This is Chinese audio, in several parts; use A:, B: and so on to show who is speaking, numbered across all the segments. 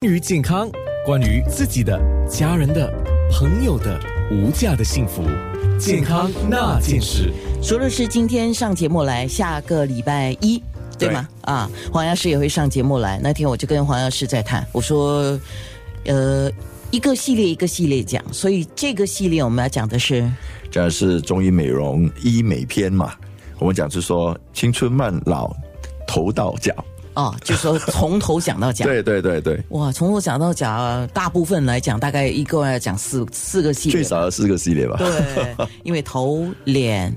A: 关于健康，关于自己的、家人的、朋友的无价的幸福，健康那件事。
B: 说的是今天上节目来，下个礼拜一。对吗？啊，黄药师也会上节目来。那天我就跟黄药师在谈，我说，呃，一个系列一个系列讲，所以这个系列我们要讲的是，
C: 这是中医美容医美篇嘛？我们讲是说青春慢老，头到脚。
B: 哦，就说从头讲到脚。
C: 对对对对，
B: 哇，从头讲到脚，大部分来讲，大概一共要讲四四个系列。
C: 最少要四个系列吧？
B: 对，因为头、脸，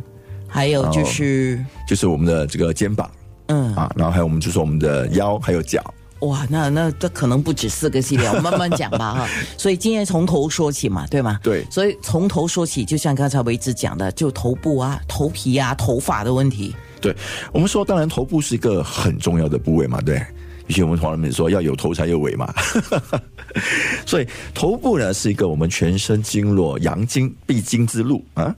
B: 还有
C: 哦
B: 就是，
C: 就是我们的这个肩膀
B: 嗯，
C: 啊，然后还有我们就说我们的腰还有脚。
B: 哇，那那这可能不止四个系列，我们慢慢讲吧哈。所以今天从头说起嘛，对吗？
C: 对
B: 所以从头说起，就像刚才维子讲的，就头部啊、头皮啊、头发的问题。
C: 对，我们说当然头部是一个很重要的部位嘛，对。以前我们华人们说要有头才有尾嘛， 所以头部呢是一个我们全身经络阳经必经之路啊。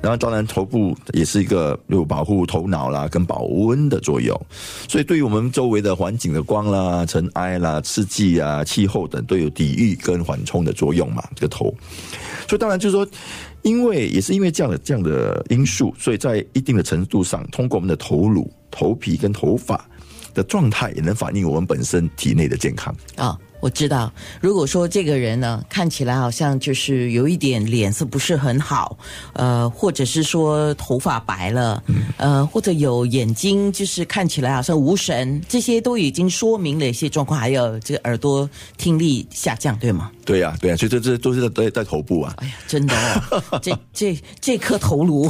C: 然后当然头部也是一个有保护头脑啦跟保温的作用，所以对于我们周围的环境的光啦、尘埃啦、刺激啊、气候等都有抵御跟缓冲的作用嘛，这个头。所以当然就是说，因为也是因为这样的这样的因素，所以在一定的程度上，通过我们的头颅、头皮跟头发的状态，也能反映我们本身体内的健康。
B: 啊、我知道。如果说这个人呢，看起来好像就是有一点脸色不是很好，呃，或者是说头发白了，呃，或者有眼睛就是看起来好像无神，这些都已经说明了一些状况，还有这个耳朵听力下降，对吗？
C: 对呀、对呀、啊所以这这都是在在在头部啊，
B: 哎呀，真的哦，这这这颗头颅，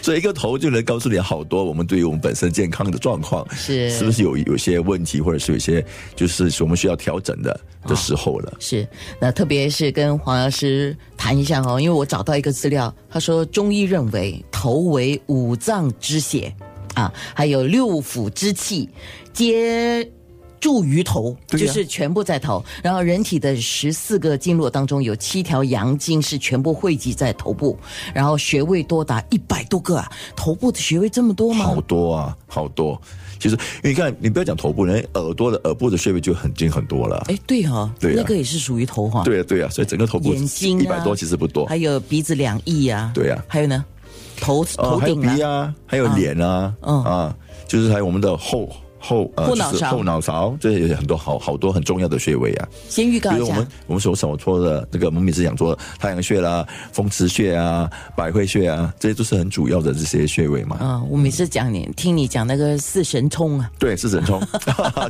C: 所以一个头就能告诉你好多我们对于我们本身健康的状况
B: 是
C: 是不是有有些问题，或者是有些就是我们需要调整的的时候了。
B: 是，那特别是跟黄药师谈一下哦，因为我找到一个资料，他说中医认为头为五脏之血啊，还有六腑之气，皆。注于头，
C: 对呀
B: 就是全部在头。然后，人体的十四个经络当中，有七条阳经是全部汇集在头部，然后穴位多达一百多个啊！头部的穴位这么多吗？
C: 好多啊，好多。其实，因为你看，你不要讲头部，人耳朵的耳部的穴位就很近很多了。
B: 哎，对哈、哦，
C: 对呀
B: 那个也是属于头哈、，
C: 对呀、对呀、所以整个头部
B: 啊眼睛啊
C: 一百多其实不多。
B: 还有鼻子两翼啊，
C: 对呀
B: 还有呢，头
C: 哦，
B: 头
C: 还有
B: 顶啊，
C: 鼻啊，还有脸啊，
B: 嗯
C: 啊，就是还有我们的后后呃，
B: 后
C: 就
B: 脑
C: 是
B: 勺
C: 后脑勺，这些有很多好好多很重要的穴位啊，
B: 先预告
C: 比
B: 一
C: 如我
B: 下
C: 们，我们所所说的这个，我们每次讲说太阳穴啦、风池穴啊、百会穴啊，这些都是很主要的这些穴位嘛。
B: 啊，我每次讲你听你讲那个四神冲 啊，
C: 对，四神 冲，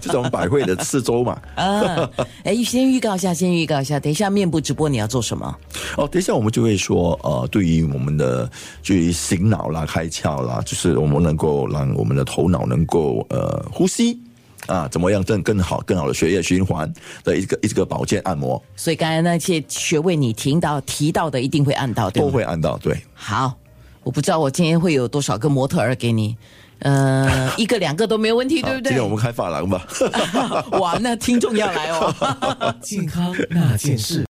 C: 就是我们百会的四周嘛。
B: 啊， 哎，先预告一下，先预告一下，等一下面部直播你要做什么？
C: 哦，等一下我们就会说，呃，对于我们的对于醒脑啦、开窍啦，就是我们能够让我们的头脑能够呃呼吸啊，怎么样更更好、更好的血液循环的一个一个保健按摩
B: 所以刚才那些穴位你听到提到的一定会按到，对
C: 都
B: 吗？
C: 会按到，对，
B: 好，我不知道我今天会有多少个模特儿给你， 呃，一个两个都没有问题，对不
C: 今
B: 对
C: 天我？们开发廊吧。
B: 哇，那听众要来哦。
A: 健康那件事。